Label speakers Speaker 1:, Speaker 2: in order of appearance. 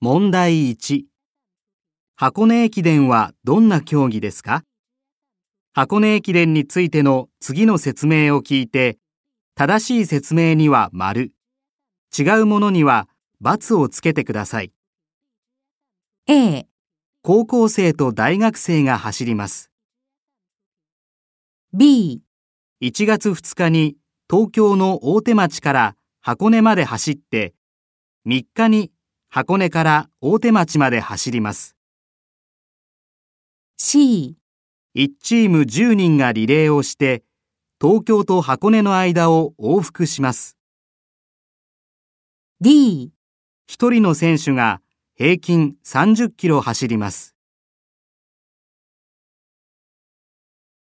Speaker 1: 問題1。箱根駅伝はどんな競技ですか箱根駅伝についての次の説明を聞いて、正しい説明には丸、違うものには×をつけてください。
Speaker 2: A、
Speaker 1: 高校生と大学生が走ります。
Speaker 2: B、
Speaker 1: 1月2日に東京の大手町から箱根まで走って、3日に箱根から大手町まで走ります。
Speaker 2: C、
Speaker 1: 1チーム10人がリレーをして、東京と箱根の間を往復します。
Speaker 2: D。
Speaker 1: 1人の選手が平均30キロ走ります。